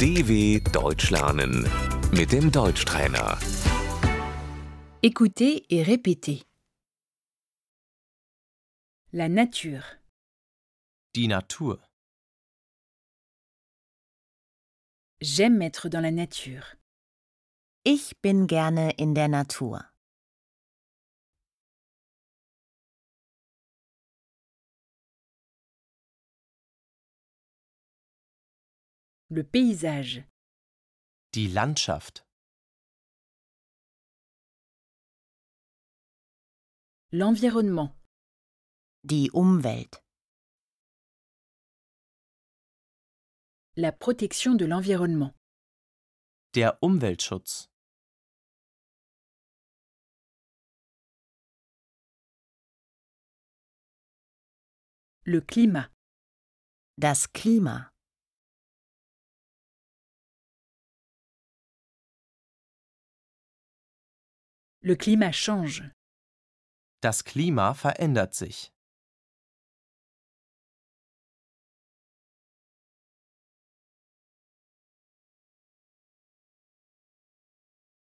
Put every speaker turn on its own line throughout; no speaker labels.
DW Deutsch lernen mit dem Deutschtrainer.
Écoutez et répétez. La nature,
Die Natur.
j'aime être dans la nature.
Ich bin gerne in der Natur.
Le paysage,
Die Landschaft.
l'environnement,
Die Umwelt.
la protection de l'environnement,
Der Umweltschutz.
le climat,
Das Klima.
le climat change,
Das Klima verändert sich.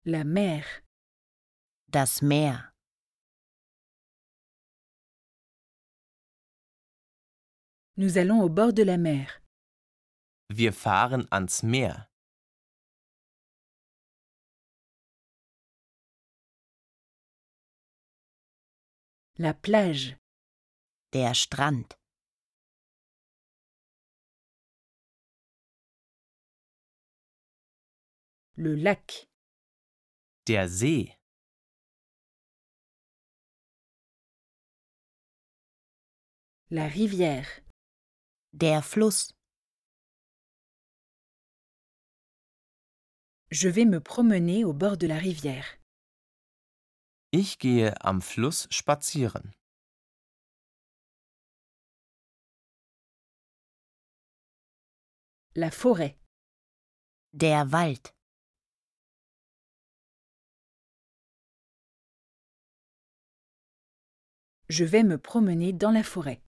la mer,
Das Meer.
nous allons au bord de la mer,
Wir fahren ans Meer.
la plage,
Der Strand.
le lac,
Der See.
la rivière,
Der Fluss.
je vais me promener au bord de la rivière.
Ich gehe am Fluss spazieren.
La forêt,
Der Wald.
je vais me promener dans la forêt.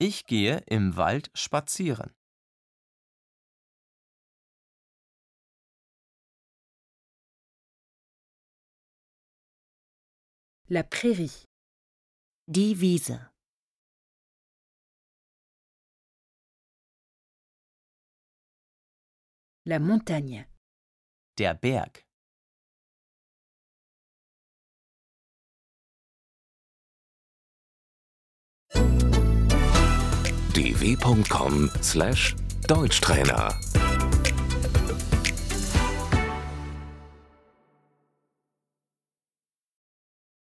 Ich gehe im Wald spazieren.
La prairie,
Die Wiese.
la montagne,
Der Berg.
dw.com/deutschtrainer